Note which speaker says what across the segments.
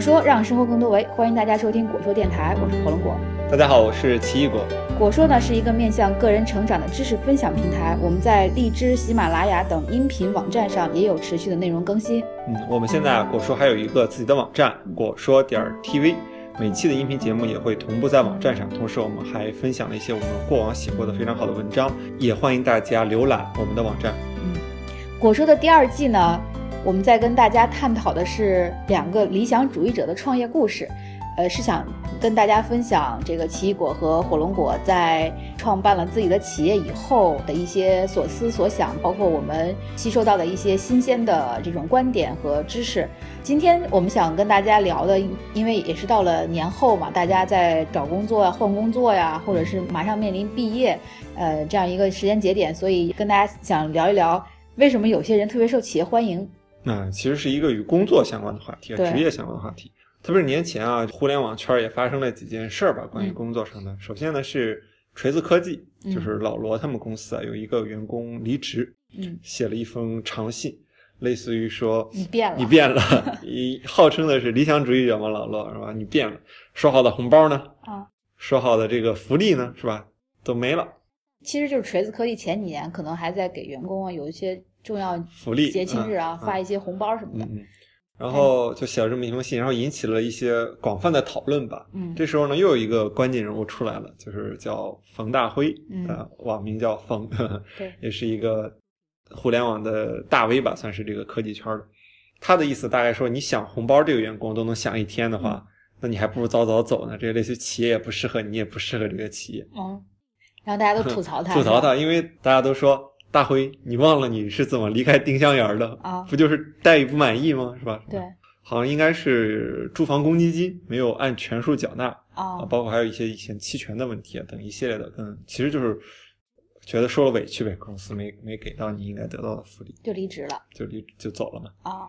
Speaker 1: 说让生活更多维，欢迎大家收听果说电台，我是火龙果。
Speaker 2: 大家好，我是奇异果。
Speaker 1: 果说呢是一个面向个人成长的知识分享平台，我们在荔枝、喜马拉雅等音频网站上也有持续的内容更新。
Speaker 2: 嗯，我们现在啊，果说还有一个自己的网站，果说点儿 TV，每期的音频节目也会同步在网站上。同时，我们还分享了一些我们过往写过的非常好的文章，也欢迎大家浏览我们的网站。
Speaker 1: 果说的第二季呢，我们在跟大家探讨的是两个理想主义者的创业故事，呃，是想跟大家分享这个奇异果和火龙果在创办了自己的企业以后的一些所思所想，包括我们吸收到的一些新鲜的这种观点和知识。今天我们想跟大家聊的，因为也是到了年后嘛，大家在找工作啊、换工作呀、或者是马上面临毕业，呃，这样一个时间节点，所以跟大家想聊一聊。为什么有些人特别受企业欢迎？
Speaker 2: 那、其实是一个与工作相关的话题，啊，
Speaker 1: 对
Speaker 2: 职业相关的话题。特别是年前啊，互联网圈儿也发生了几件事儿吧，关于
Speaker 1: 嗯
Speaker 2: 工作上的。首先呢是锤子科技，
Speaker 1: 嗯
Speaker 2: 就是老罗他们公司啊，有一个员工离职，
Speaker 1: 嗯，
Speaker 2: 写了一封长信，类似于说
Speaker 1: 你变了，
Speaker 2: 你变了， 你号称的是理想主义者嘛，老罗是吧？你变了，说好的红包呢？
Speaker 1: 啊，
Speaker 2: 说好的这个福利呢？是吧？都没了，
Speaker 1: 其实就是锤子科技前几年可能还在给员工啊有一些重要
Speaker 2: 福利
Speaker 1: 节庆日啊、
Speaker 2: 嗯
Speaker 1: 发一些红包什么
Speaker 2: 嗯
Speaker 1: 的。
Speaker 2: 嗯。然后就写了这么一封信，然后引起了一些广泛的讨论吧。
Speaker 1: 嗯
Speaker 2: 这时候呢，又有一个关键人物出来了，就是叫冯大辉，
Speaker 1: 嗯
Speaker 2: 呃，网名叫冯，
Speaker 1: 对
Speaker 2: 也是一个互联网的大 V 吧，算是这个科技圈的。他的意思大概说，你想红包这个员工都能想一天的
Speaker 1: 嗯
Speaker 2: 话，那你还不如早早走呢。这个类似于企业也不适合你，也不适合这个企业。
Speaker 1: 嗯，然后大家都吐槽他，
Speaker 2: 吐槽
Speaker 1: 是吧
Speaker 2: 他，因为大家都说大辉，你忘了你是怎么离开丁香园的
Speaker 1: 啊
Speaker 2: 不就是待遇不满意吗？是吧？
Speaker 1: 对
Speaker 2: 好像应该是住房公积金没有按全数缴纳
Speaker 1: 啊
Speaker 2: 啊，，包括还有一些以前期权的问题啊，等一系列的，嗯，其实就是觉得受了委屈呗，公司没没给到你应该得到的福利，
Speaker 1: 就离职了
Speaker 2: 就离就走了嘛。
Speaker 1: 啊。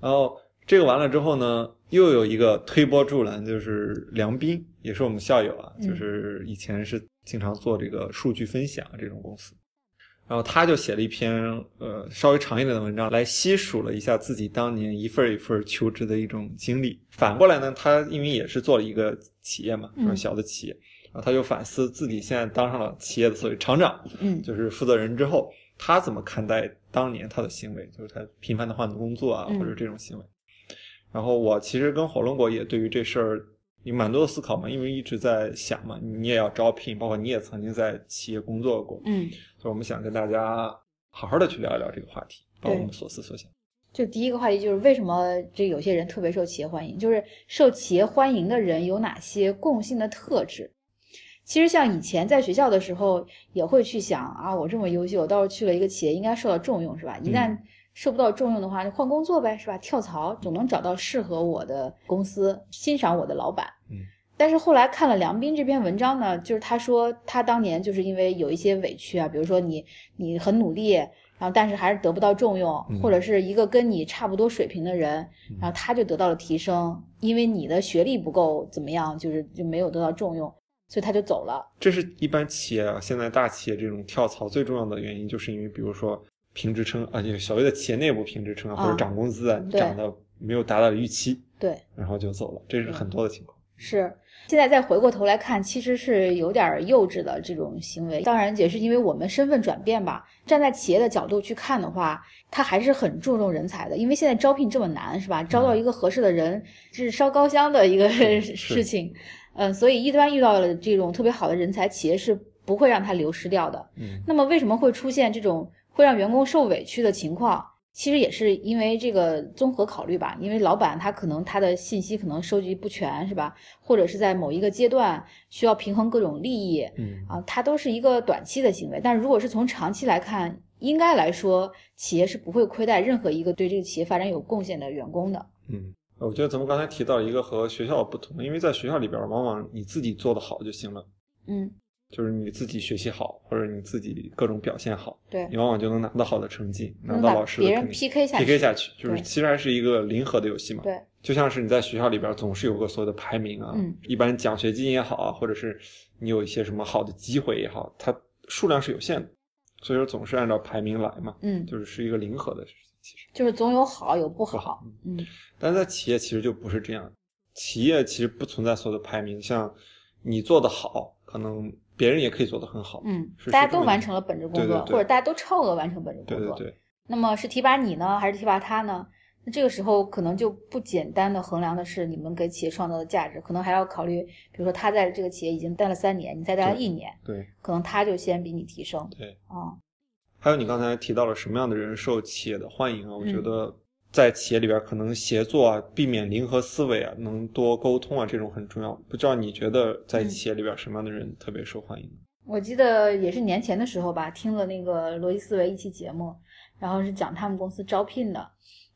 Speaker 2: 然后这个完了之后呢，又有一个推波助澜，就是梁斌，也是我们校友啊，
Speaker 1: 嗯
Speaker 2: 就是以前是经常做这个数据分享这种公司。然后他就写了一篇呃稍微长一点的文章，来细数了一下自己当年一份儿一份儿求职的一种经历。反过来呢，他因为也是做了一个企业嘛，
Speaker 1: 嗯
Speaker 2: 就是小的企业，然后他就反思自己现在当上了企业的所谓厂长，
Speaker 1: 嗯
Speaker 2: 就是负责人之后，他怎么看待当年他的行为，就是他频繁的换工作啊，
Speaker 1: 嗯
Speaker 2: 或者这种行为。然后我其实跟火龙果也对于这事儿有蛮多的思考嘛，因为一直在想嘛，你也要招聘，包括你也曾经在企业工作过，
Speaker 1: 嗯，
Speaker 2: 所以我们想跟大家好好的去聊一聊这个话题，把
Speaker 1: 对
Speaker 2: 我们所思所想。
Speaker 1: 就第一个话题就是为什么这有些人特别受企业欢迎？就是受企业欢迎的人有哪些共性的特质？其实像以前在学校的时候，也会去想啊，我这么优秀，我倒是去了一个企业，应该受到重用是吧？一旦受不到重用的话，就换工作呗是吧？跳槽总能找到适合我的公司，欣赏我的老板。
Speaker 2: 嗯。
Speaker 1: 但是后来看了梁斌这篇文章呢，就是他说他当年就是因为有一些委屈啊，比如说你你很努力，然后但是还是得不到重用，
Speaker 2: 嗯
Speaker 1: 或者是一个跟你差不多水平的人，
Speaker 2: 嗯
Speaker 1: 然后他就得到了提升，因为你的学历不够怎么样，就是就没有得到重用，所以他就走了。
Speaker 2: 这是一般企业啊，现在大企业这种跳槽最重要的原因，就是因为比如说评职称啊，就是所谓的企业内部评职称啊，
Speaker 1: 啊
Speaker 2: 或者涨工资啊，你
Speaker 1: 对
Speaker 2: 涨的没有达到预期，
Speaker 1: 对，嗯
Speaker 2: 然后就走了，这是很多的情况。
Speaker 1: 是，现在再回过头来看，其实是有点儿幼稚的这种行为。当然，也是因为我们身份转变吧。站在企业的角度去看的话，他还是很注重人才的，因为现在招聘这么难，是吧？招到一个合适的人是烧高香的一个
Speaker 2: 嗯是
Speaker 1: 事情。嗯，所以一旦遇到了这种特别好的人才，企业是不会让他流失掉的。
Speaker 2: 嗯，
Speaker 1: 那么为什么会出现这种会让员工受委屈的情况？其实也是因为这个综合考虑吧，因为老板他可能他的信息可能收集不全，是吧？或者是在某一个阶段需要平衡各种利益，
Speaker 2: 嗯，
Speaker 1: 啊，它都是一个短期的行为。但如果是从长期来看，应该来说，企业是不会亏待任何一个对这个企业发展有贡献的员工的。
Speaker 2: 嗯，我觉得咱们刚才提到一个和学校不同，因为在学校里边儿，往往你自己做的好就行了，
Speaker 1: 嗯，
Speaker 2: 就是你自己学习好，或者你自己各种表现好，
Speaker 1: 对
Speaker 2: 你，往往就能拿到好的成绩，拿
Speaker 1: 能
Speaker 2: 到
Speaker 1: 把
Speaker 2: 老师的
Speaker 1: 别人
Speaker 2: 肯定
Speaker 1: PK 下去。
Speaker 2: PK 下去，就是
Speaker 1: 对
Speaker 2: 其实还是一个零和的游戏嘛。
Speaker 1: 对，
Speaker 2: 就像是你在学校里边总是有个所谓的排名啊，
Speaker 1: 嗯
Speaker 2: 一般奖学金也好啊，或者是你有一些什么好的机会也好，它数量是有限的，所以说总是按照排名来嘛，
Speaker 1: 嗯，
Speaker 2: 就是是一个零和的事情，其实
Speaker 1: 就是总有好有不
Speaker 2: 不好
Speaker 1: 好。。嗯
Speaker 2: 但是在企业其实就不是这样，企业其实不存在所有的排名，像你做的好，可能别人也可以做得很好。
Speaker 1: 嗯
Speaker 2: 是，
Speaker 1: 大家
Speaker 2: 是这
Speaker 1: 都
Speaker 2: 么
Speaker 1: 完
Speaker 2: 的
Speaker 1: 成了本职工作，
Speaker 2: 对对对
Speaker 1: 或者大家都超额完成本职工
Speaker 2: 对
Speaker 1: 作。
Speaker 2: 对对，
Speaker 1: 那么是提拔你呢，还是提拔他呢？那这个时候可能就不简单的衡量的是你们给企业创造的价值，可能还要考虑，比如说他在这个企业已经待了三年，你再待了
Speaker 2: 对
Speaker 1: 一年，
Speaker 2: 对
Speaker 1: 可能他就先比你提升。
Speaker 2: 对。
Speaker 1: 哦，
Speaker 2: 还有你刚才提到了什么样的人受企业的欢迎啊？我
Speaker 1: 嗯
Speaker 2: 觉得在企业里边，可能协作啊，避免零和思维啊，能多沟通啊，这种很重要。不知道你觉得在
Speaker 1: 嗯
Speaker 2: 企业里边什么样的人特别受欢迎呢？
Speaker 1: 我记得也是年前的时候吧，听了那个罗辑思维一期节目，然后是讲他们公司招聘的，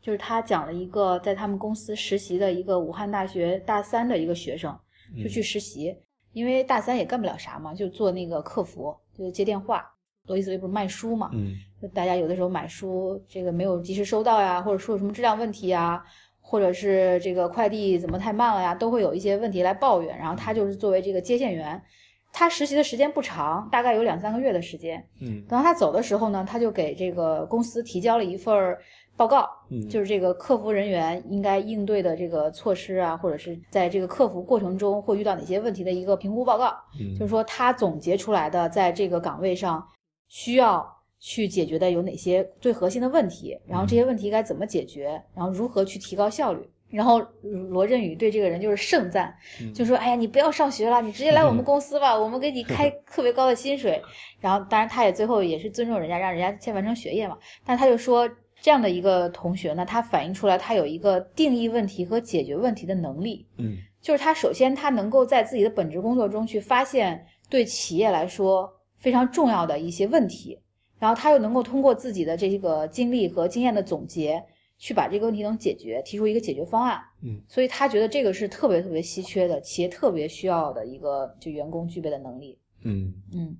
Speaker 1: 就是他讲了一个在他们公司实习的一个武汉大学大三的一个学生，就
Speaker 2: 嗯
Speaker 1: 去实习，因为大三也干不了啥嘛，就做那个客服，就是接电话。罗辑思维不是卖书嘛，
Speaker 2: 嗯
Speaker 1: 就大家有的时候买书这个没有及时收到呀，或者说有什么质量问题呀，或者是这个快递怎么太慢了呀，都会有一些问题来抱怨。然后他就是作为这个接线员，他实习的时间不长，大概有两三个月的时间。
Speaker 2: 嗯
Speaker 1: 等到他走的时候呢，他就给这个公司提交了一份儿报告，
Speaker 2: 嗯，
Speaker 1: 就是这个客服人员应该应对的这个措施啊，或者是在这个客服过程中会遇到哪些问题的一个评估报告。
Speaker 2: 嗯
Speaker 1: 就是说他总结出来的，在这个岗位上需要去解决的有哪些最核心的问题，然后这些
Speaker 2: 嗯
Speaker 1: 问题该怎么解决，然后如何去提高效率。然后罗振宇对这个人就是盛赞，
Speaker 2: 嗯
Speaker 1: 就说：“哎呀，你不要上学了，你直接来我们公司吧，我们给你 开特别高的薪水。”然后，当然他也最后也是尊重人家，让人家先完成学业嘛。但他就说，这样的一个同学呢，他反映出来他有一个定义问题和解决问题的能力。
Speaker 2: 嗯
Speaker 1: 就是他首先他能够在自己的本职工作中去发现对企业来说非常重要的一些问题，然后他又能够通过自己的这个经历和经验的总结，去把这个问题能解决，提出一个解决方案。
Speaker 2: 嗯，
Speaker 1: 所以他觉得这个是特别特别稀缺的，企业特别需要的一个就员工具备的能力。
Speaker 2: 嗯
Speaker 1: 嗯，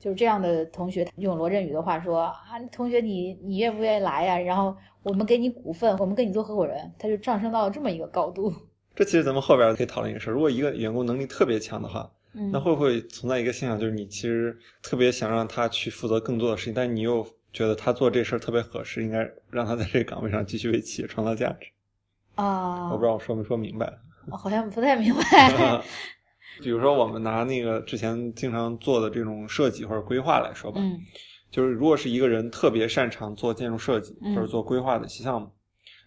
Speaker 1: 就是这样的同学，用罗振宇的话说啊，同学你你愿不愿意来呀、然后我们给你股份，我们给你做合伙人，他就上升到了这么一个高度。
Speaker 2: 这其实咱们后边可以讨论一个事儿。如果一个员工能力特别强的话，
Speaker 1: 嗯，
Speaker 2: 那会不会存在一个现象，就是你其实特别想让他去负责更多的事情，但你又觉得他做这事儿特别合适，应该让他在这个岗位上继续为企业创造价值？
Speaker 1: 啊，
Speaker 2: 我不知道我说没说明白。
Speaker 1: 好像不太明 白。
Speaker 2: 比如说，我们拿那个之前经常做的这种设计或者规划来说吧，
Speaker 1: 嗯
Speaker 2: 就是如果是一个人特别擅长做建筑设计
Speaker 1: 嗯
Speaker 2: 或者做规划的项目，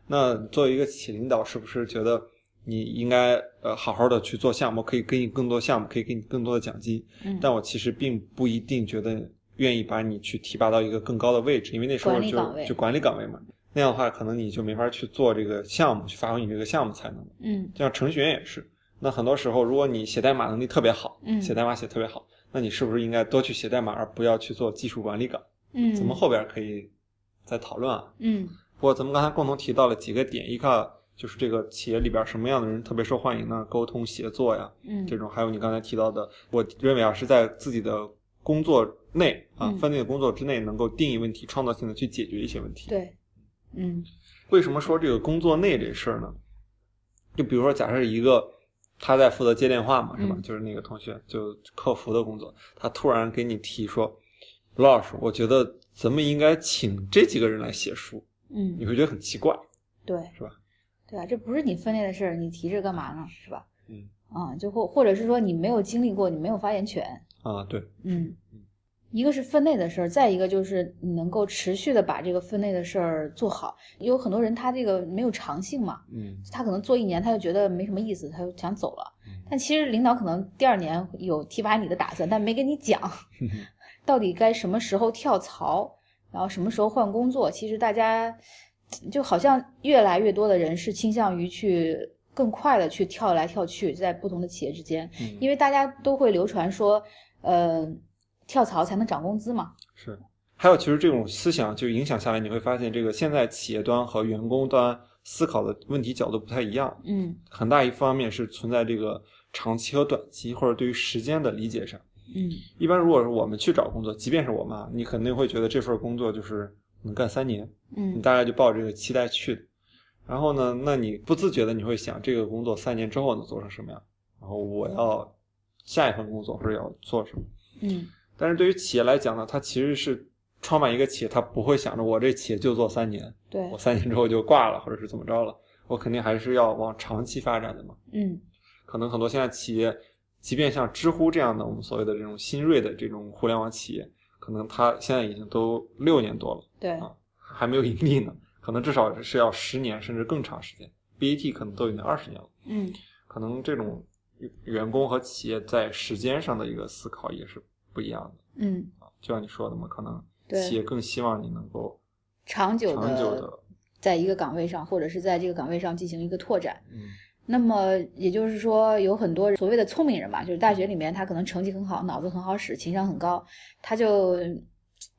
Speaker 2: 那作为一个企业领导，是不是觉得你应该呃好好的去做项目，可以给你更多项目，可以给你更多的奖金？
Speaker 1: 嗯，
Speaker 2: 但我其实并不一定觉得愿意把你去提拔到一个更高的位置，因为那时候
Speaker 1: 管理
Speaker 2: 就
Speaker 1: 岗位
Speaker 2: 就管理岗位嘛。那样的话，可能你就没法去做这个项目，去发挥你这个项目才能。
Speaker 1: 嗯
Speaker 2: 就像程序员也是，那很多时候，如果你写代码能力特别好，
Speaker 1: 嗯
Speaker 2: 写代码写得特别好，那你是不是应该多去写代码，而不要去做技术管理岗？
Speaker 1: 嗯，
Speaker 2: 咱们后边可以再讨论啊。
Speaker 1: 嗯
Speaker 2: 不过咱们刚才共同提到了几个点，一个就是这个企业里边什么样的人特别受欢迎呢？沟通协作呀，
Speaker 1: 嗯
Speaker 2: 这种，还有你刚才提到的，我认为啊是在自己的工作内啊
Speaker 1: 嗯
Speaker 2: 分内的工作之内，能够定义问题，创造性的去解决一些问题。
Speaker 1: 对，嗯
Speaker 2: 为什么说这个工作内这事儿呢？就比如说，假设一个他在负责接电话嘛，是吧？
Speaker 1: 嗯
Speaker 2: 就是那个同学，就客服的工作，他突然给你提说，罗老师，我觉得咱们应该请这几个人来写书，
Speaker 1: 嗯，
Speaker 2: 你会觉得很奇怪。
Speaker 1: 对，
Speaker 2: 是吧？
Speaker 1: 对啊，这不是你分内的事儿，你提这干嘛呢？是吧？
Speaker 2: 嗯，
Speaker 1: 啊，就或或者是说你没有经历过，你没有发言权。
Speaker 2: 啊，对，
Speaker 1: 嗯
Speaker 2: 嗯，
Speaker 1: 一个是分内的事儿，再一个就是你能够持续的把这个分内的事儿做好。有很多人他这个没有长性嘛，
Speaker 2: 嗯
Speaker 1: 他可能做一年他就觉得没什么意思，他就想走了
Speaker 2: 嗯。
Speaker 1: 但其实领导可能第二年有提拔你的打算，但没跟你讲
Speaker 2: 嗯
Speaker 1: 到底该什么时候跳槽，然后什么时候换工作。其实大家嗯就好像越来越多的人是倾向于去更快的去跳来跳去，在不同的企业之间，
Speaker 2: 嗯，
Speaker 1: 因
Speaker 2: 为
Speaker 1: 为大家都会流传说，呃，跳槽才能涨工资嘛。
Speaker 2: 是，还有其实这种思想就影响下来，你会发现这个现在企业端和员工端思考的问题角度不太一样，
Speaker 1: 嗯
Speaker 2: 很大一方面是存在这个长期和短期，或者对于时间的理解上。
Speaker 1: 嗯
Speaker 2: 一般如果是我们去找工作，即便是我们啊，你肯定会觉得这份工作就是能干三年，你
Speaker 1: 嗯
Speaker 2: 大概就抱着这个期待去的。然后呢，那你不自觉的你会想，这个工作三年之后能做成什么样？然后我要下一份工作或者要做什么？
Speaker 1: 嗯
Speaker 2: 但是对于企业来讲呢，它其实是创办一个企业，它不会想着我这企业就做三年，
Speaker 1: 对
Speaker 2: 我三年之后就挂了，或者是怎么着了。我肯定还是要往长期发展的嘛。
Speaker 1: 嗯
Speaker 2: 可能很多现在企业，即便像知乎这样的我们所谓的这种新锐的这种互联网企业，可能它现在已经都六年多了，
Speaker 1: 对
Speaker 2: 啊还没有盈利呢，可能至少是要十年甚至更长时间。BAT 可能都已经二十年了，
Speaker 1: 嗯
Speaker 2: 可能这种员工和企业在时间上的一个思考也是不一样的。
Speaker 1: 嗯，
Speaker 2: 就像你说的嘛，可能
Speaker 1: 对
Speaker 2: 企业更希望你能够
Speaker 1: 长久
Speaker 2: 长久
Speaker 1: 的
Speaker 2: 的，
Speaker 1: 在一个岗位上，或者是在这个岗位上进行一个拓展。
Speaker 2: 嗯，
Speaker 1: 那么也就是说，有很多所谓的聪明人吧，就是大学里面他可能成绩很好，脑子很好使，情商很高，他就，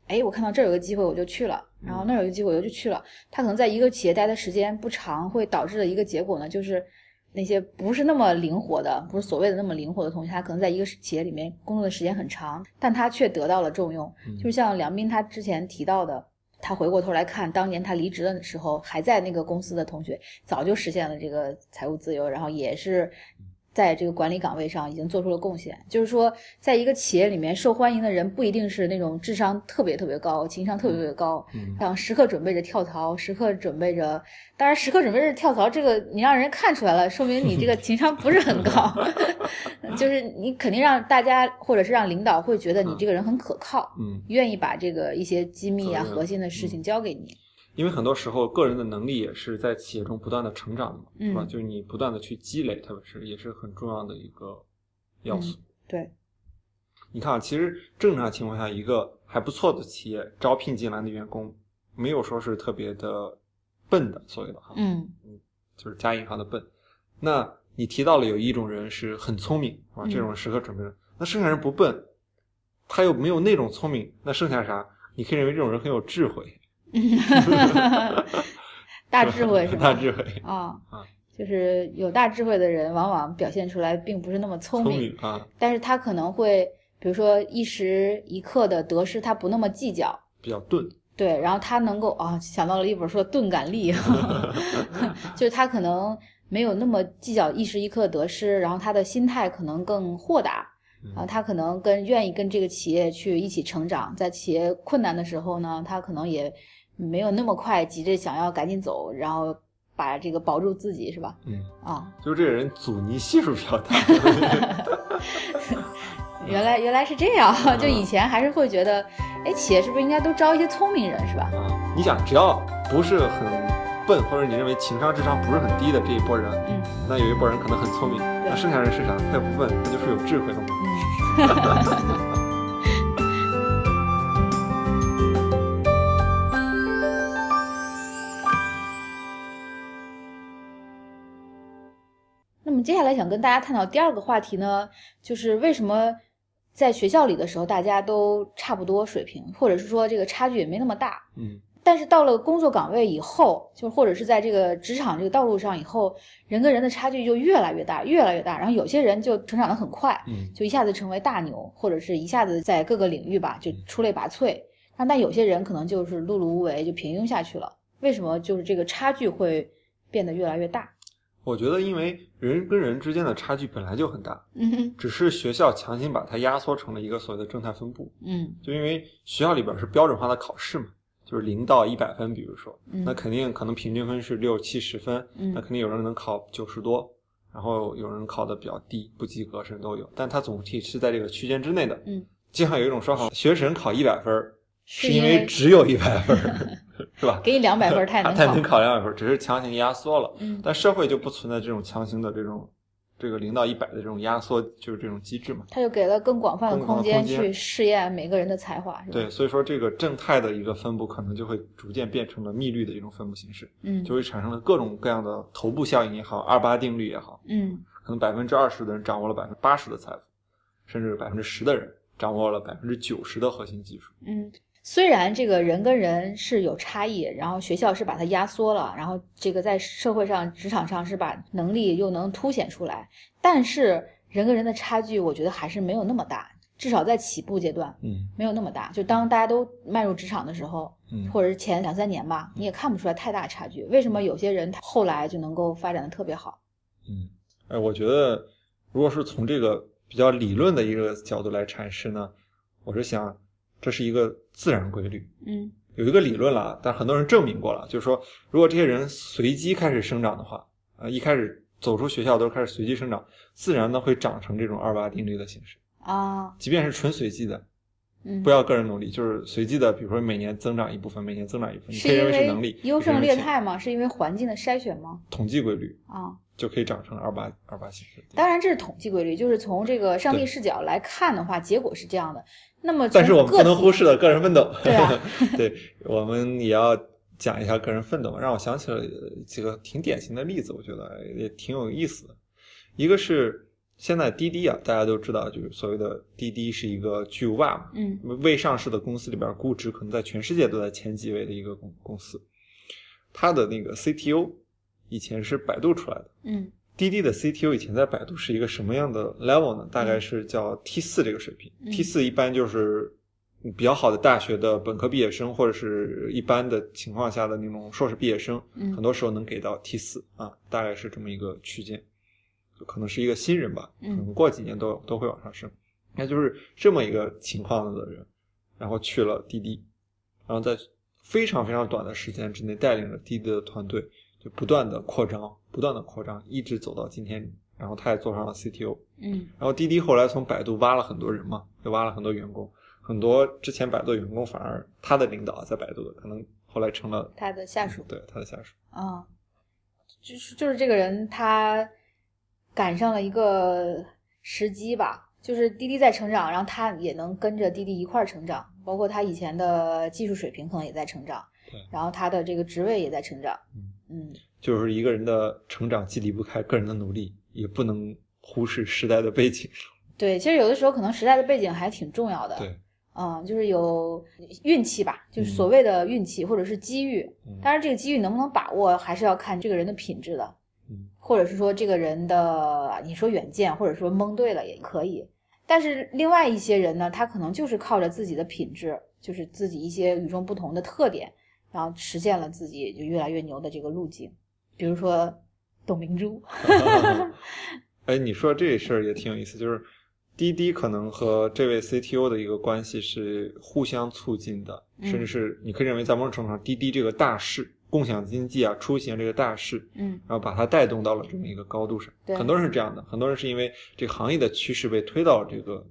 Speaker 1: 哎，我看到这儿有个机会我就去了，然后那儿有个机会我就去了。他可能在一个企业待的时间不长，会导致的一个结果呢，就是那些不是那么灵活的，不是所谓的那么灵活的同学，他可能在一个企业里面工作的时间很长，但他却得到了重用。
Speaker 2: 嗯
Speaker 1: 就是像梁斌他之前提到的。他回过头来看，当年他离职的时候，还在那个公司的同学，早就实现了这个财务自由，然后也是在这个管理岗位上已经做出了贡献。就是说，在一个企业里面，受欢迎的人不一定是那种智商特别特别高、情商特别特别高，
Speaker 2: 嗯
Speaker 1: 想时刻准备着跳槽，时刻准备着，当然时刻准备着跳槽，这个你让人看出来了，说明你这个情商不是很 高，就是你肯定让大家或者是让领导会觉得你这个人很可靠。
Speaker 2: 嗯，
Speaker 1: 愿意把这个一些机密啊、
Speaker 2: 责任
Speaker 1: 核心的事
Speaker 2: 嗯
Speaker 1: 情交给你，
Speaker 2: 因为很多时候个人的能力也是在企业中不断的成长的嘛，
Speaker 1: 嗯
Speaker 2: 是吧？就是你不断的去积累，特别是也是很重要的一个要素。
Speaker 1: 嗯对，
Speaker 2: 你看啊，其实正常情况下，一个还不错的企业招聘进来的员工，没有说是特别的笨的，所谓的哈，
Speaker 1: 嗯
Speaker 2: 就是加银行的笨。那你提到了有一种人是很聪明，啊，
Speaker 1: 嗯
Speaker 2: 这种人时刻准备着。那剩下人不笨，他又没有那种聪明，那剩下啥？你可以认为这种人很有智慧，
Speaker 1: 大智慧是吧？
Speaker 2: 大智慧，
Speaker 1: 啊
Speaker 2: 啊，
Speaker 1: 就是有大智慧的人，往往表现出来并不是那么聪
Speaker 2: 聪
Speaker 1: 明，
Speaker 2: 明啊，
Speaker 1: 但是他可能会，比如说一时一刻的得失，他不那么计较。
Speaker 2: 比较钝。
Speaker 1: 对，然后他能够啊、想到了一本说钝感 力，就是他可能没有那么计较一时一刻的得失，然后他的心态可能更豁达，啊，
Speaker 2: 嗯
Speaker 1: 他可能跟愿意跟这个企业去一起成长，在企业困难的时候呢，他可能也没有那么快急着想要赶紧走，然后把这个保住自己，是吧？
Speaker 2: 嗯，
Speaker 1: 啊，
Speaker 2: 就是这个人阻尼系数比较大。
Speaker 1: 原来原来是这样，
Speaker 2: 嗯
Speaker 1: 就以前还是会觉得，哎，企业是不是应该都招一些聪明人，是吧？
Speaker 2: 啊，你想，只要不是很笨，或者你认为情商、智商不是很低的这一波人，
Speaker 1: 嗯
Speaker 2: 那有一波人可能很聪明，那剩下人是啥？他也不笨，他就是有智慧了嘛。
Speaker 1: 嗯。 那么接下来想跟大家探讨第二个话题呢，就是为什么在学校里的时候大家都差不多水平，或者是说这个差距也没那么大，
Speaker 2: 嗯
Speaker 1: 但是到了工作岗位以后，就或者是在这个职场这个道路上以后，人跟人的差距就越来越大，越来越大。然后有些人就成长得很快，
Speaker 2: 嗯
Speaker 1: 就一下子成为大牛，或者是一下子在各个领域吧就出类拔萃。那但有些人可能就是碌碌无为，就平庸下去了。为什么就是这个差距会变得越来越大？
Speaker 2: 我觉得因为人跟人之间的差距本来就很大，
Speaker 1: 嗯哼
Speaker 2: 只是学校强行把它压缩成了一个所谓的正态分布，
Speaker 1: 嗯
Speaker 2: 就因为学校里边是标准化的考试嘛。就是零到一百分，比如说，
Speaker 1: 嗯
Speaker 2: 那肯定可能平均分是六七十分，那
Speaker 1: 嗯
Speaker 2: 肯定有人能考九十多，然后有人考的比较低，不及格甚至都有，但他总体是在这个区间之内的。
Speaker 1: 嗯，
Speaker 2: 经常有一种说法，学神考一百分儿
Speaker 1: 是
Speaker 2: 是因
Speaker 1: 因为
Speaker 2: 为只有一百 分儿，是吧？
Speaker 1: 给你两百分儿，他也
Speaker 2: 他
Speaker 1: 能
Speaker 2: 他
Speaker 1: 考。
Speaker 2: 能考两百分儿，只是强行压缩了。
Speaker 1: 嗯
Speaker 2: 但社会就不存在这种强行的这种这个零到一百的这种压缩，就是这种机制嘛。
Speaker 1: 他就给了更广泛的
Speaker 2: 更广
Speaker 1: 空
Speaker 2: 的
Speaker 1: 间
Speaker 2: 空间
Speaker 1: 去试验每个人的才华，是吧？
Speaker 2: 对，，所以说这个正态的一个分布，可能就会逐渐变成了密律的一种分布形式，
Speaker 1: 嗯，
Speaker 2: 就会产生了各种各样的头部效应也好，二八定律也好，
Speaker 1: 嗯
Speaker 2: 可能百分之二十的人掌握了百分之八十的财富，甚至百分之十的人掌握了百分之九十的核心技术。
Speaker 1: 嗯。虽然这个人跟人是有差异，然后学校是把它压缩了，然后这个在社会上、职场上是把能力又能凸显出来，但是人跟人的差距，我觉得还是没有那么大，至少在起步阶段
Speaker 2: 嗯
Speaker 1: 没有那么大。就当大家都迈入职场的时候，
Speaker 2: 嗯
Speaker 1: 或者是前两三年吧，你也看不出来太大差距。为什么有些人他后来就能够发展的特别好？
Speaker 2: 嗯，哎，我觉得如果是从这个比较理论的一个角度来阐释呢，我是想这是一个自然规律。
Speaker 1: 嗯
Speaker 2: 有一个理论啦，但很多人证明过了，就是说，如果这些人随机开始生长的话，啊、一开始走出学校都是开始随机生长，自然呢会长成这种二八定律的形式。
Speaker 1: 啊，
Speaker 2: 即便是纯随机的，
Speaker 1: 嗯，
Speaker 2: 不要个人努力，就是随机的，比如说每年增长一部分，每年增长一部分，你
Speaker 1: 是
Speaker 2: 可以
Speaker 1: 因
Speaker 2: 认为是能
Speaker 1: 为
Speaker 2: 力，
Speaker 1: 优
Speaker 2: 也可
Speaker 1: 胜
Speaker 2: 以认为
Speaker 1: 劣
Speaker 2: 是
Speaker 1: 汰吗？是因为环境的筛选吗？
Speaker 2: 统计规律
Speaker 1: 啊，
Speaker 2: 就可以长成二八二八形式。
Speaker 1: 当然这是统计规律，就是从这个上帝
Speaker 2: 对
Speaker 1: 视角来看的话，结果是这样的。那么，
Speaker 2: 但是我们不能忽视了个人奋斗。
Speaker 1: 对啊
Speaker 2: 对我们也要讲一下个人奋斗嘛，让我想起了呃几个挺典型的例子，我觉得也挺有意思的。一个是现在滴滴啊，大家都知道，就是所谓的滴滴是一个巨无霸嘛，
Speaker 1: 嗯
Speaker 2: 未上市的公司里边估值可能在全世界都在前几位的一个公公司，它的那个 CTO 以前是百度出来的。
Speaker 1: 嗯
Speaker 2: 滴滴的 CTO 以前在百度是一个什么样的 level 呢？大概是叫 T 四这个水平。
Speaker 1: 嗯
Speaker 2: T 四一般就是比较好的大学的本科毕业生，或者是一般的情况下的那种硕士毕业生，
Speaker 1: 嗯
Speaker 2: 很多时候能给到 T 四啊，大概是这么一个区间。就可能是一个新人吧，可
Speaker 1: 嗯
Speaker 2: 能过几年都都会往上升。那就是这么一个情况的人，然后去了滴滴，然后在非常非常短的时间之内带领着滴滴的团队，就不断的扩张，不断的扩张，一直走到今天。然后他也做上了 CTO，
Speaker 1: 嗯
Speaker 2: 然后滴滴后来从百度挖了很多人嘛，就挖了很多员工，很多之前百度的员工反而他的领导啊在百度的，可能后来成了
Speaker 1: 他的下属
Speaker 2: 对他的下属。
Speaker 1: 啊，就是就是这个人他赶上了一个时机吧，就是滴滴在成长，然后他也能跟着滴滴一块儿成长，包括他以前的技术水平可能也在成长
Speaker 2: 对，
Speaker 1: 然后他的这个职位也在成长
Speaker 2: 嗯，
Speaker 1: 嗯
Speaker 2: 就是一个人的成长既离不开个人的努力，也不能忽视时代的背景。
Speaker 1: 对，其实有的时候可能时代的背景还挺重要的，
Speaker 2: 对，
Speaker 1: 嗯，就是有运气吧，就是所谓的运气或者是机遇，
Speaker 2: 嗯
Speaker 1: 当然这个机遇能不能把握，还是要看这个人的品质的，
Speaker 2: 嗯
Speaker 1: 或者是说这个人的你说远见，或者说蒙对了也可以。但是另外一些人呢，他可能就是靠着自己的品质，就是自己一些与众不同的特点，然后实现了自己就越来越牛的这个路径。比如说董明珠，
Speaker 2: 哎，你说这事儿也挺有意思，就是滴滴可能和这位 CTO 的一个关系是互相促进的，
Speaker 1: 嗯
Speaker 2: 甚至是你可以认为在某种程度上，滴滴这个大势，共享经济啊，出行这个大势，
Speaker 1: 嗯
Speaker 2: 然后把它带动到了这么一个高度上。
Speaker 1: 对
Speaker 2: 很多人是这样的，很多人是因为这个行业的趋势被推到了这个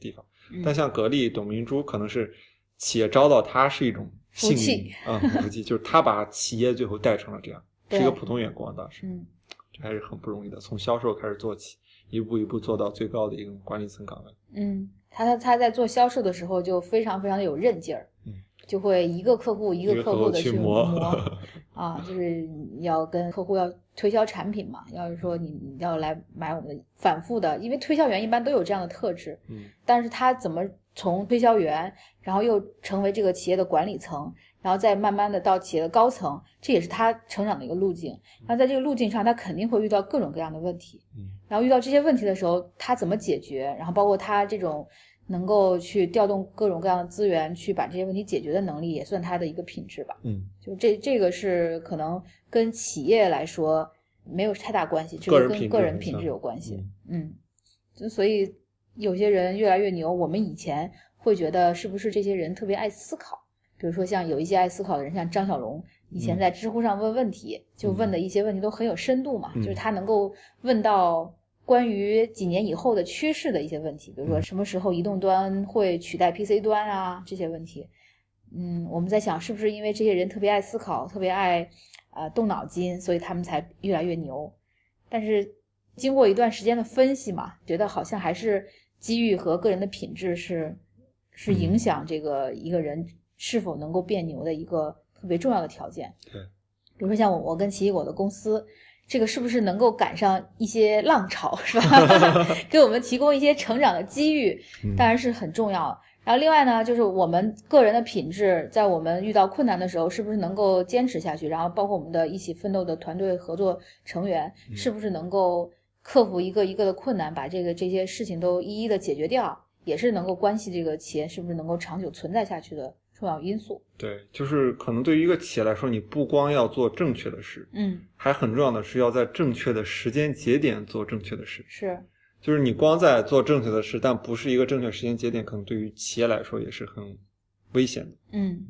Speaker 2: 地方。
Speaker 1: 嗯
Speaker 2: 但像格力、董明珠，可能是企业招到他是一种
Speaker 1: 福
Speaker 2: 幸
Speaker 1: 气
Speaker 2: 运啊，福气，就是他把企业最后带成了这样，是一
Speaker 1: 对
Speaker 2: 个普通员工啊，当时
Speaker 1: 嗯，
Speaker 2: 这还是很不容易的，从销售开始做起，一步一步做到最高的一个管理层岗位。
Speaker 1: 嗯，他他他在做销售的时候就非常非常的有韧劲儿，
Speaker 2: 嗯
Speaker 1: 就会一个客户一
Speaker 2: 一
Speaker 1: 个
Speaker 2: 个
Speaker 1: 客
Speaker 2: 客
Speaker 1: 户
Speaker 2: 户
Speaker 1: 的
Speaker 2: 去
Speaker 1: 磨
Speaker 2: 磨
Speaker 1: 啊，就是你要跟客户要推销产品嘛，要是说你你要来买我们的，反复的，因为推销员一般都有这样的特质，
Speaker 2: 嗯，
Speaker 1: 但是他怎么从推销员，然后又成为这个企业的管理层，然后再慢慢的到企业的高层，这也是他成长的一个路径。然后在这个路径上，他肯定会遇到各种各样的问题。
Speaker 2: 嗯，
Speaker 1: 然后遇到这些问题的时候，他怎么解决？然后包括他这种能够去调动各种各样的资源去把这些问题解决的能力，也算他的一个品质吧。
Speaker 2: 嗯，
Speaker 1: 就这这个是可能跟企业来说没有太大关系，这
Speaker 2: 个
Speaker 1: 个
Speaker 2: 人
Speaker 1: 跟
Speaker 2: 品
Speaker 1: 个
Speaker 2: 质
Speaker 1: 人
Speaker 2: 很
Speaker 1: 品质
Speaker 2: 像
Speaker 1: 有关系。嗯，就所以有些人越来越牛，我们以前会觉得是不是这些人特别爱思考？比如说像有一些爱思考的人，像张小龙，以前
Speaker 2: 嗯
Speaker 1: 在知乎上问问题，就问的一些问题都很有深度嘛，
Speaker 2: 嗯
Speaker 1: 就是他能够问到。关于几年以后的趋势的一些问题，比如说
Speaker 2: 嗯
Speaker 1: 什么时候移动端会取代 PC 端啊这些问题，嗯，我们在想是不是因为这些人特别爱思考，特别爱呃动脑筋，所以他们才越来越牛。但是经过一段时间的分析嘛，觉得好像还是机遇和个人的品质是是影
Speaker 2: 嗯
Speaker 1: 响这个一个人是否能够变牛的一个特别重要的条件。
Speaker 2: 对，
Speaker 1: 比如说像我我跟奇异果的公司。这个是不是能够赶上一些浪潮，是 吧？ 给我们提供一些成长的机遇，
Speaker 2: 嗯
Speaker 1: 当然是很重要。然后另外呢，就是我们个人的品质，在我们遇到困难的时候，是不是能够坚持下去？然后包括我们的一起奋斗的团队合作成员，
Speaker 2: 嗯
Speaker 1: 是不是能够克服一个一个的困难，把这个这些事情都一一的解决掉，也是能够关系这个企业是不是能够长久存在下去的重要因素。
Speaker 2: 对，就是可能对于一个企业来说，你不光要做正确的事，
Speaker 1: 嗯，
Speaker 2: 还很重要的是要在正确的时间节点做正确的事。
Speaker 1: 是，
Speaker 2: 就是你光在做正确的事，但不是一个正确时间节点，可能对于企业来说也是很危险的。
Speaker 1: 嗯。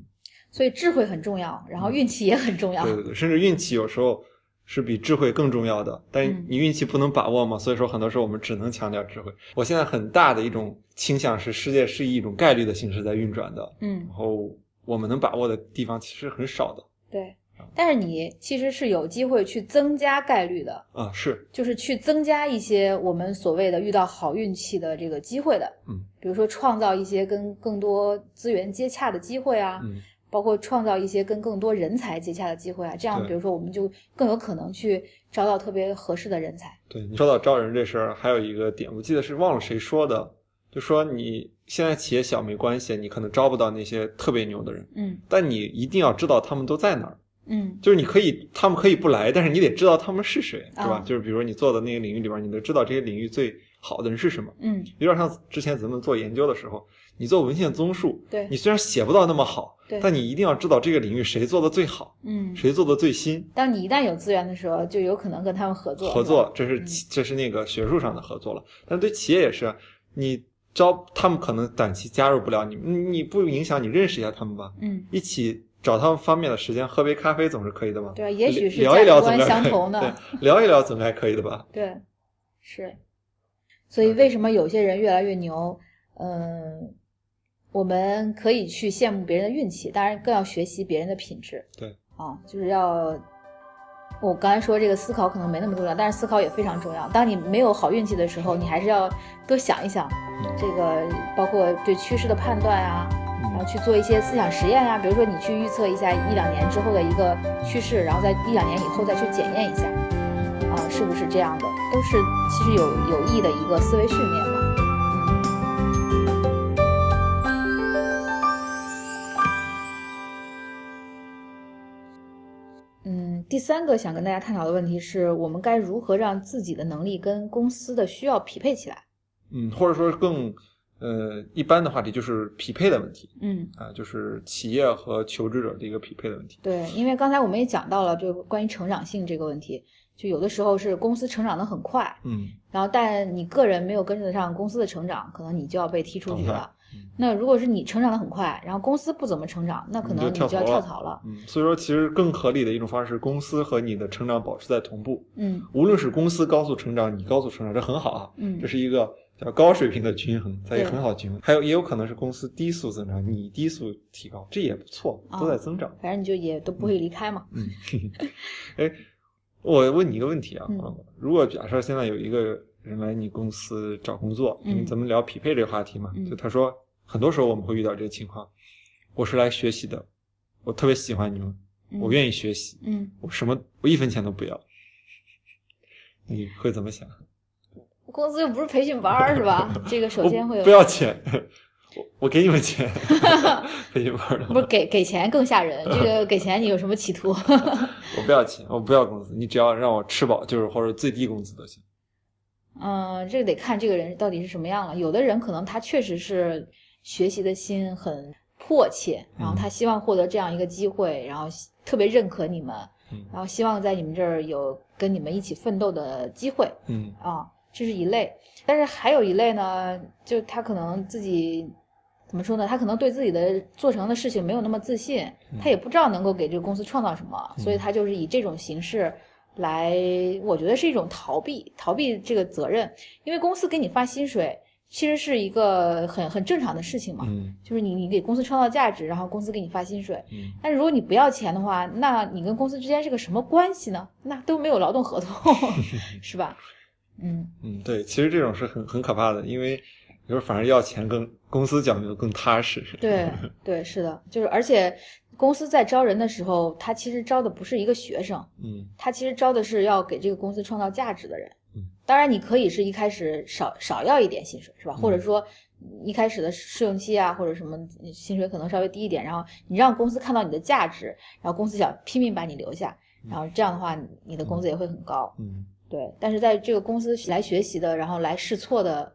Speaker 1: 所以智慧很重要，然后运气也很重要。
Speaker 2: 对对对，甚至运气有时候是比智慧更重要的，但
Speaker 1: 嗯
Speaker 2: 你运气不能把握嘛，所以说很多时候我们只能强调智慧。我现在很大的一种倾向是，世界是以一种概率的形式在运转的，
Speaker 1: 嗯
Speaker 2: 然，后我们能把握的地方其实很少的
Speaker 1: 对。但是你其实是有机会去增加概率的，
Speaker 2: 啊、是，
Speaker 1: 就是去增加一些我们所谓的遇到好运气的这个机会的。
Speaker 2: 嗯，
Speaker 1: 比如说创造一些跟更多资源接洽的机会啊，
Speaker 2: 嗯
Speaker 1: 包括创造一些跟更多人才接洽的机会啊。这样，
Speaker 2: 对
Speaker 1: 比如说我们就更有可能去招到特别合适的人才。
Speaker 2: 对你说到招人这事儿，还有一个点，我记得是忘了谁说的，就说你现在企业小没关系，你可能招不到那些特别牛的人，
Speaker 1: 嗯
Speaker 2: 但你一定要知道他们都在哪儿。
Speaker 1: 嗯
Speaker 2: 就是你可以，他们可以不来，但是你得知道他们是谁，是
Speaker 1: 啊
Speaker 2: 吧？就是比如你做的那个领域里边，你能知道这些领域最好的人是什么。
Speaker 1: 嗯，
Speaker 2: 有点像之前咱们做研究的时候，你做文献综述，
Speaker 1: 对
Speaker 2: 你虽然写不到那么好，
Speaker 1: 对，
Speaker 2: 但你一定要知道这个领域谁做的最好，
Speaker 1: 嗯，
Speaker 2: 谁做的最新。
Speaker 1: 当你一旦有资源的时候，就有可能跟他们合作。
Speaker 2: 合作，这是
Speaker 1: 嗯
Speaker 2: 企这是那个学术上的合作了，但对企业也是，你招他们可能短期加入不了你，你你不影响你认识一下他们吧，
Speaker 1: 嗯，
Speaker 2: 一起找他们方面的时间喝杯咖啡总是可以的吧？
Speaker 1: 对，啊也许是
Speaker 2: 聊一聊
Speaker 1: 价值观
Speaker 2: 总该
Speaker 1: 相
Speaker 2: 可以
Speaker 1: 投呢。
Speaker 2: 对，聊一聊总该可以 的吧？
Speaker 1: 对，是。所以为什么有些人越来越牛？嗯，我们可以去羡慕别人的运气，当然更要学习别人的品质。
Speaker 2: 对，
Speaker 1: 啊，就是要。我刚才说这个思考可能没那么重要，但是思考也非常重要。当你没有好运气的时候，你还是要多想一想，这个包括对趋势的判断啊，然后
Speaker 2: 嗯，
Speaker 1: 去做一些思想实验啊，比如说你去预测一下一两年之后的一个趋势，然后在一两年以后再去检验一下，啊，是不是这样的，都是其实有有益的一个思维训练吧。嗯，第三个想跟大家探讨的问题是我们该如何让自己的能力跟公司的需要匹配起来。
Speaker 2: 嗯，或者说更呃一般的话题就是匹配的问题
Speaker 1: 嗯，
Speaker 2: 啊、就是企业和求职者的一个匹配的问题。
Speaker 1: 对，因为刚才我们也讲到了，就关于成长性这个问题，就有的时候是公司成长的很快，
Speaker 2: 嗯，
Speaker 1: 然后但你个人没有跟得上公司的成长，可能你就要被踢出局
Speaker 2: 淘汰
Speaker 1: 了
Speaker 2: 嗯。
Speaker 1: 那如果是你成长的很快，然后公司不怎么成长，那可
Speaker 2: 你
Speaker 1: 能
Speaker 2: 就
Speaker 1: 你就
Speaker 2: 跳
Speaker 1: 要跳
Speaker 2: 槽了
Speaker 1: 槽了。
Speaker 2: 嗯，所以说其实更合理的一种方式，公司和你的成长保持在同步，
Speaker 1: 嗯
Speaker 2: 无论是公司高速成长，你高速成长，这很好啊，
Speaker 1: 嗯
Speaker 2: 这是一个叫高水平的均衡，它也
Speaker 1: 对
Speaker 2: 很好均衡。还有也有可能是公司低速增长，你低速提高，这也不错，
Speaker 1: 哦
Speaker 2: 都在增长。
Speaker 1: 反正你就也都不会离开嘛。
Speaker 2: 嗯， 哎，我问你一个问题啊，
Speaker 1: 嗯
Speaker 2: 黄老板如果假设现在有一个人来你公司找工作，
Speaker 1: 嗯
Speaker 2: 因为咱们聊匹配这个话题嘛，
Speaker 1: 嗯
Speaker 2: 就他说很多时候我们会遇到这些情况，我是来学习的，我特别喜欢你们，我
Speaker 1: 意。
Speaker 2: 愿意学习，
Speaker 1: 嗯，
Speaker 2: 我什么我一分钱都不要，你会怎么想？
Speaker 1: 公司又不是培训班儿是吧？这个首
Speaker 2: 我
Speaker 1: 先会有
Speaker 2: 不要钱，我我给你们钱， 培训班儿的
Speaker 1: 不是给给钱更吓人，这个给钱你有什么企图？
Speaker 2: 我不要钱，我不要工资，你只要让我吃饱，就是或者最低工资都行。
Speaker 1: 嗯，这个得看这个人到底是什么样了。有的人可能他确实是学习的心很迫切，然后他希望获得这样一个机会，然后希特别认可你们
Speaker 2: 嗯，
Speaker 1: 然后希望在你们这儿有跟你们一起奋斗的机会
Speaker 2: 嗯
Speaker 1: 啊，这是一类。但是还有一类呢，就他可能自己怎么说呢？他可能对自己的做成的事情没有那么自信，他也不知道能够给这个公司创造什么，所以他就是以这种形式来，我觉得是一种逃避，逃避这个责任，因为公司给你发薪水，其实是一个很很正常的事情嘛，
Speaker 2: 嗯
Speaker 1: 就是你你给公司创造价值，然后公司给你发薪水。
Speaker 2: 嗯，
Speaker 1: 但是如果你不要钱的话，那你跟公司之间是个什么关系呢？那都没有劳动合同， 是吧？嗯，
Speaker 2: 嗯，对，其实这种是很很可怕的，因为有时候反而要钱更公司讲究更踏实。
Speaker 1: 对对，是的，就是而且公司在招人的时候，他其实招的不是一个学生，
Speaker 2: 嗯
Speaker 1: 他其实招的是要给这个公司创造价值的人。
Speaker 2: 嗯，
Speaker 1: 当然你可以是一开始少少要一点薪水，是吧？或者说一开始的试用期啊，或者什么薪水可能稍微低一点，然后你让公司看到你的价值，然后公司想拼命把你留下，然后这样的话你的工资也会很高。
Speaker 2: 嗯
Speaker 1: 对，但是在这个公司来学习的，然后来试错的，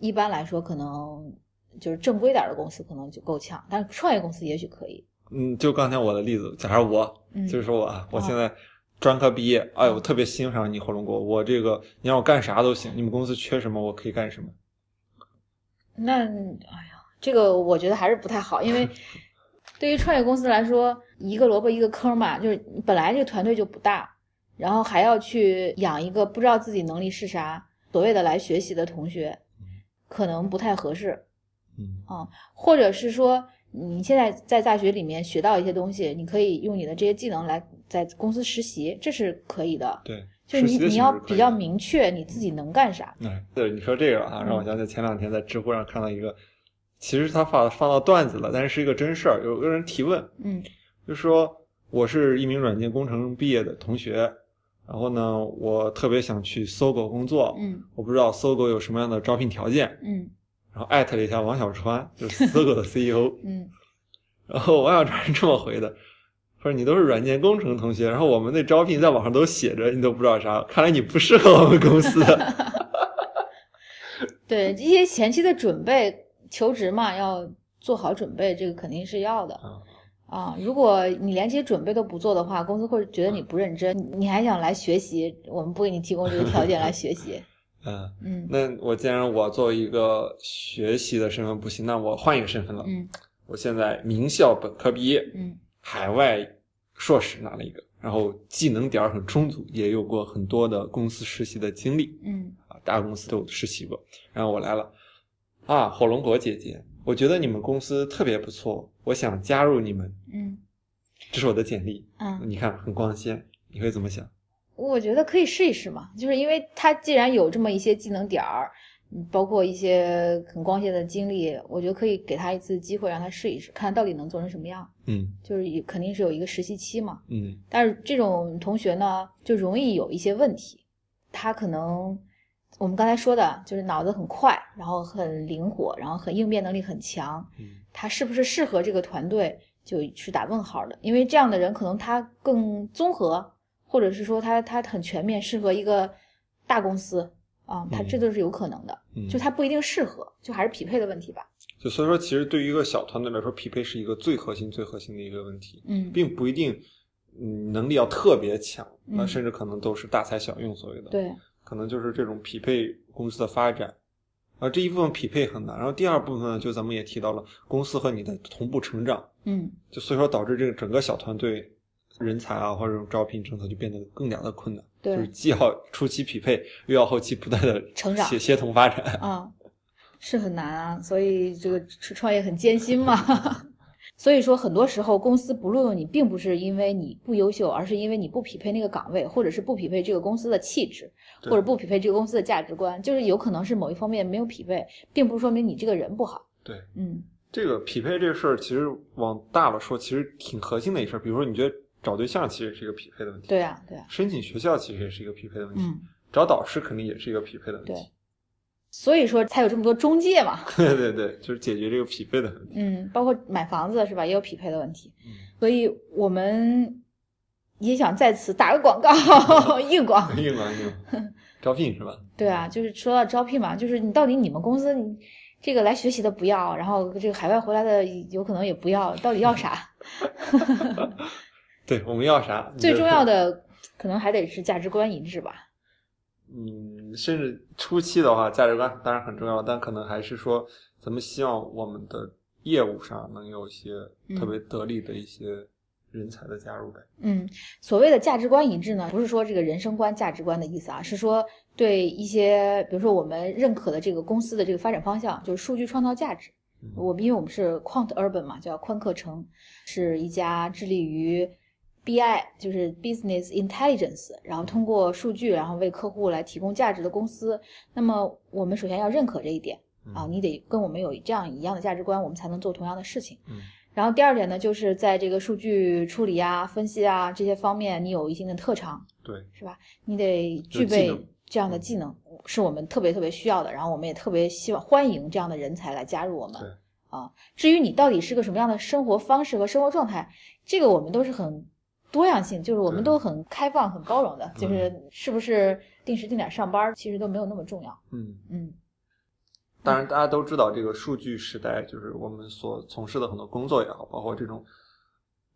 Speaker 1: 一般来说可能就是正规点儿的公司可能就够呛，但是创业公司也许可以。
Speaker 2: 嗯，就刚才我的例子，假如我
Speaker 1: 嗯，
Speaker 2: 就是说我啊，我
Speaker 1: 啊
Speaker 2: 现在专科毕业，哎，我特别欣赏你火龙果，我这个你让我干啥都行，你们公司缺什么我可以干什么。
Speaker 1: 那哎呀，这个我觉得还是不太好，因为对于创业公司来说，一个萝卜一个坑嘛，就是本来这个团队就不大，然后还要去养一个不知道自己能力是啥，所谓的来学习的同学，可能不太合适。
Speaker 2: 嗯
Speaker 1: 啊，或者是说你现在在大学里面学到一些东西，你可以用你的这些技能来在公司实习，这是可以的。
Speaker 2: 对，
Speaker 1: 就是你
Speaker 2: 实习的
Speaker 1: 你
Speaker 2: 形
Speaker 1: 要
Speaker 2: 式是可
Speaker 1: 比
Speaker 2: 以
Speaker 1: 较
Speaker 2: 的
Speaker 1: 明确你自己能干啥。
Speaker 2: 哎，对，你说这个啊，让
Speaker 1: 嗯
Speaker 2: 我想起前两天在知乎上看到一个，其实他发放到段子了，但是是一个真事儿。有个人提问，
Speaker 1: 嗯
Speaker 2: 就说我是一名软件工程毕业的同学，然后呢，我特别想去搜狗工作，
Speaker 1: 嗯
Speaker 2: 我不知道搜狗有什么样的招聘条件，
Speaker 1: 嗯
Speaker 2: 然后艾特了一下王小川， 就是搜狗的 CEO，
Speaker 1: 嗯
Speaker 2: 然后王小川是这么回的。说你都是软件工程同学，然后我们那招聘在网上都写着，你都不知道啥，看来你不适合我们公 司。
Speaker 1: 对，这些前期的准备，求职嘛要做好准备，这个肯定是要的。
Speaker 2: 啊
Speaker 1: 啊，如果你连这些准备都不做的话，公司会觉得你不认真，你你还想来学习，我们不给你提供这个条件来学习。
Speaker 2: 嗯，
Speaker 1: 嗯
Speaker 2: 那我既然我作为一个学习的身份不行，那我换一个身份了。
Speaker 1: 嗯
Speaker 2: 我现在名校本科毕业，
Speaker 1: 嗯
Speaker 2: 海外硕士拿了一个，然后技能点儿很充足，也有过很多的公司实习的经历
Speaker 1: 嗯
Speaker 2: 啊，大公司都有实习过。然后我来了，啊，火龙果姐姐，我觉得你们公司特别不错，我想加入你们，
Speaker 1: 嗯
Speaker 2: 这是我的简历，
Speaker 1: 嗯，
Speaker 2: 你看很光鲜，你会怎么想？
Speaker 1: 我觉得可以试一试嘛，就是因为他既然有这么一些技能点儿，嗯包括一些很光鲜的经历，我觉得可以给他一次机会，让他试一试，看他到底能做成什么样。
Speaker 2: 嗯
Speaker 1: 就是也肯定是有一个实习期嘛，
Speaker 2: 嗯
Speaker 1: 但是这种同学呢，就容易有一些问题，他可能我们刚才说的就是脑子很快，然后很灵活，然后很应变能力很强，
Speaker 2: 嗯
Speaker 1: 他是不是适合这个团队，就是打问号的。因为这样的人可能他更综合，或者是说他他很全面，适合一个大公司啊，他
Speaker 2: 嗯
Speaker 1: 这都是有可能的。
Speaker 2: 嗯，
Speaker 1: 就他不一定适合，就还是匹配的问题吧。
Speaker 2: 就所以说，其实对于一个小团队来说，匹配是一个最核心、最核心的一个问题。
Speaker 1: 嗯，
Speaker 2: 并不一定，嗯，能力要特别强，
Speaker 1: 嗯
Speaker 2: 那甚至可能都是大材小用所谓的，，
Speaker 1: 对，
Speaker 2: 可能就是这种匹配公司的发展，啊，这一部分匹配很难，然后第二部分就咱们也提到了，公司和你的同步成长，
Speaker 1: 嗯
Speaker 2: 就所以说导致这个整个小团队人才啊或者这种招聘政策就变得更加的困难，
Speaker 1: 对
Speaker 2: 就是既要初期匹配，又要后期不断的
Speaker 1: 成长
Speaker 2: 协协同发展，
Speaker 1: 啊，是很难啊，所以这个创创业很艰辛嘛。 所以说，很多时候公司不录用你，并不是因为你不优秀，而是因为你不匹配那个岗位，或者是不匹配这个公司的气质，
Speaker 2: 对
Speaker 1: 或者不匹配这个公司的价值观，就是有可能是某一方面没有匹配，并不是说明你这个人不好。
Speaker 2: 对。
Speaker 1: 嗯
Speaker 2: 这个匹配这事儿，其实往大了说，其实挺核心的一事儿。比如说，你觉得找对象其实是一个匹配的问题，
Speaker 1: 对啊，对啊，
Speaker 2: 申请学校其实也是一个匹配的问题，
Speaker 1: 嗯，
Speaker 2: 找导师肯定也是一个匹配的问
Speaker 1: 对
Speaker 2: 题。
Speaker 1: 所以说才有这么多中介嘛。
Speaker 2: 对 对对，就是解决这个匹配的问题。
Speaker 1: 嗯，包括买房子是吧，也有匹配的问题。
Speaker 2: 嗯
Speaker 1: 所以我们也想在此打个广告， 硬广。
Speaker 2: 硬吗硬 吗？招聘是吧？
Speaker 1: 对啊，就是说到招聘嘛，就是你到底你们公司你这个来学习的不要，然后这个海外回来的有可能也不要，到底要啥？
Speaker 2: 对，我们要啥？
Speaker 1: 最重要
Speaker 2: 的，
Speaker 1: 的可能还得是价值观一致吧。
Speaker 2: 嗯，甚至初期的话，价值观当然很重要，但可能还是说，咱们希望我们的业务上能有一些特别得力的一些人才的加入呗。
Speaker 1: 嗯，所谓的价值观一致呢，不是说这个人生观、价值观的意思啊，是说对一些，比如说我们认可的这个公司的这个发展方向，就是数据创造价值。
Speaker 2: 嗯
Speaker 1: 我们因为我们是 Quant Urban 嘛，叫宽客城，是一家致力于 BI，就是 Business Intelligence，然后通过数据，然后为客户来提供价值的公司。那么我们首先要认可这一点啊，
Speaker 2: 嗯
Speaker 1: 你得跟我们有这样一样的价值观，我们才能做同样的事情。
Speaker 2: 嗯
Speaker 1: 然后第二点呢，就是在这个数据处理啊、分析啊这些方面，你有一定的特长，
Speaker 2: 对，
Speaker 1: 是吧？你得具
Speaker 2: 有技
Speaker 1: 备
Speaker 2: 能嗯
Speaker 1: 这样的技能，是我们特别特别需要的。然后我们也特别希望欢迎这样的人才来加入我们
Speaker 2: 对。
Speaker 1: 啊，至于你到底是个什么样的生活方式和生活状态，这个我们都是很多样性，就是我们
Speaker 2: 对嗯
Speaker 1: 都很开放、很包容的。就是是不是定时定点上班，其实都没有那么重要。
Speaker 2: 嗯。
Speaker 1: 嗯
Speaker 2: 当然，大家都知道，这个数据时代就是我们所从事的很多工作也好，包括这种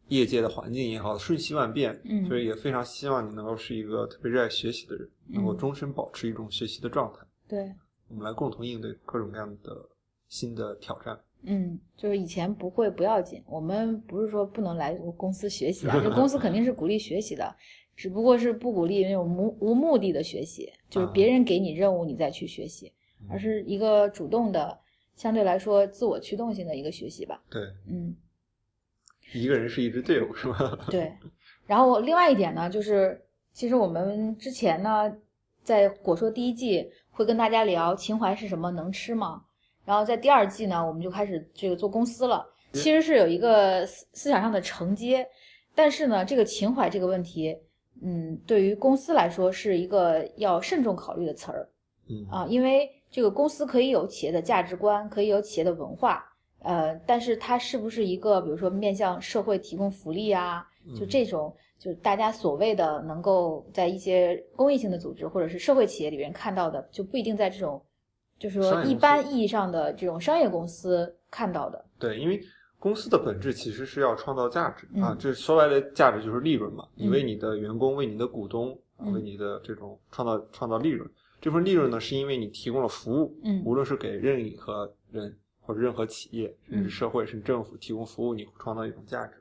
Speaker 2: 业界的环境也好，瞬息万变。
Speaker 1: 嗯
Speaker 2: 所以也非常希望你能够是一个特别热爱学习的人，
Speaker 1: 嗯
Speaker 2: 能够终身保持一种学习的状态。
Speaker 1: 对，
Speaker 2: 我们来共同应对各种各样的新的挑战。
Speaker 1: 嗯，就是以前不会不要紧，我们不是说不能来公司学习啊，这公司肯定是鼓励学习的，只不过是不鼓励那种无无目的的学习，就是别人给你任务你再去学习，
Speaker 2: 嗯
Speaker 1: 而是一个主动的，相对来说自我驱动性的一个学习吧。
Speaker 2: 对，
Speaker 1: 嗯，
Speaker 2: 一个人是一支队伍，是 吧？
Speaker 1: 对。然后另外一点呢，就是其实我们之前呢，在果说第一季会跟大家聊情怀是什么，能吃吗？然后在第二季呢，我们就开始这个做公司了，
Speaker 2: 嗯
Speaker 1: 其实是有一个思思想上的承接，但是呢，这个情怀这个问题，嗯，对于公司来说是一个要慎重考虑的词儿。
Speaker 2: 嗯
Speaker 1: 啊，因为这个公司可以有企业的价值观，可以有企业的文化，呃，但是它是不是一个，比如说面向社会提供福利啊，就
Speaker 2: 嗯
Speaker 1: 这种，就大家所谓的能够在一些公益性的组织或者是社会企业里面看到的，就不一定在这种，就是说
Speaker 2: 商
Speaker 1: 一
Speaker 2: 业公司
Speaker 1: 般意义上的这种商业公司看到的。
Speaker 2: 对，因为公司的本质其实是要创造价值、啊
Speaker 1: 嗯，
Speaker 2: 这说白了价值就是利润嘛。你
Speaker 1: 嗯
Speaker 2: 为你的员工、为你的股东、啊
Speaker 1: 嗯
Speaker 2: 为你的这种创造创造利润，这份利润呢，是因为你提供了服务，
Speaker 1: 嗯
Speaker 2: 无论是给任何人或者任何企业，甚
Speaker 1: 嗯
Speaker 2: 至社会、甚至政府提供服务，你创造一种价值。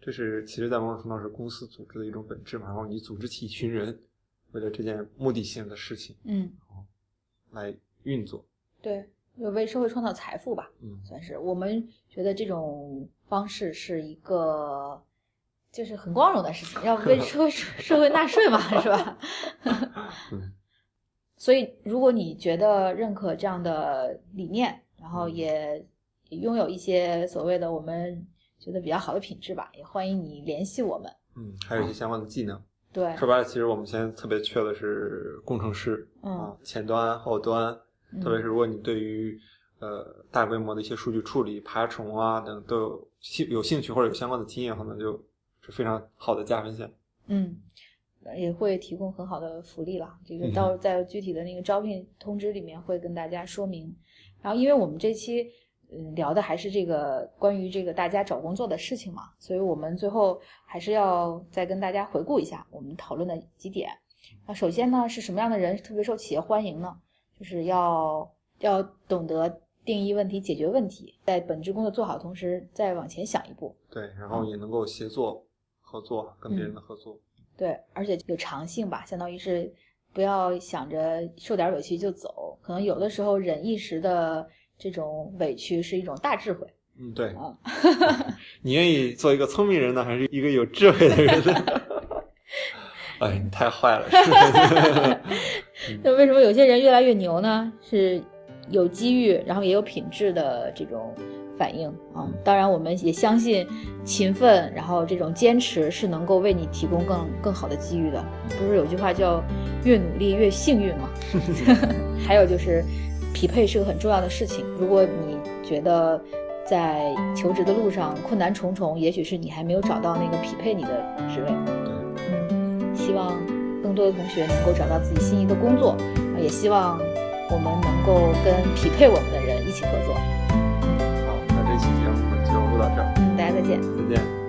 Speaker 2: 这是其实，在某种程度上是公司组织的一种本质嘛。然后你组织起一群人，为了这件目的性的事情
Speaker 1: 嗯，
Speaker 2: 来运作。
Speaker 1: 对，就为社会创造财富吧。
Speaker 2: 嗯，
Speaker 1: 算是我们觉得这种方式是一个，就是很光荣的事情，要为社会社会纳税嘛，是吧？
Speaker 2: 嗯
Speaker 1: 所以，如果你觉得认可这样的理念，然
Speaker 2: 嗯
Speaker 1: 后也拥有一些所谓的我们觉得比较好的品质吧，也欢迎你联系我们。
Speaker 2: 嗯，还有一些相关的技能。
Speaker 1: 对，
Speaker 2: 说白了，其实我们现在特别缺的是工程师啊
Speaker 1: 嗯，，
Speaker 2: 前端、后端，
Speaker 1: 嗯
Speaker 2: 特别是如果你对于呃大规模的一些数据处理、爬虫啊等都有兴有兴趣或者有相关的经验，可能就是非常好的加分项。
Speaker 1: 嗯，也会提供很好的福利啦。这个
Speaker 2: 嗯
Speaker 1: 到在具体的那个招聘通知里面会跟大家说明。然后，因为我们这期嗯聊的还是这个关于这个大家找工作的事情嘛，所以我们最后还是要再跟大家回顾一下我们讨论的几点。那首先呢，是什么样的人特别受企业欢迎呢？就是要要懂得定义问题、解决问题，在本职工作做好的同时，再往前想一步。
Speaker 2: 对，然后也能够协作、合作，跟别人的合作。
Speaker 1: 对，而且有长性吧，相当于是不要想着受点委屈就走，可能有的时候忍一时的这种委屈是一种大智慧。
Speaker 2: 嗯，对
Speaker 1: 啊。
Speaker 2: 你愿意做一个聪明人呢，还是一个有智慧的人呢？ 哎，你太坏了！ 是
Speaker 1: 那为什么有些人越来越牛呢？是有机遇，然后也有品质的这种反应啊。当然，我们也相信勤奋，然后这种坚持是能够为你提供更更好的机遇的。不是有句话叫“越努力越幸运”吗？还有就是，匹配是个很重要的事情。如果你觉得在求职的路上困难重重，也许是你还没有找到那个匹配你的职位。嗯，希望更多的同学能够找到自己心仪的工作，呃也希望我们能够跟匹配我们的人一起合作。
Speaker 2: 好，那这期节目就录到这儿，
Speaker 1: 嗯，大家再见。
Speaker 2: 再见。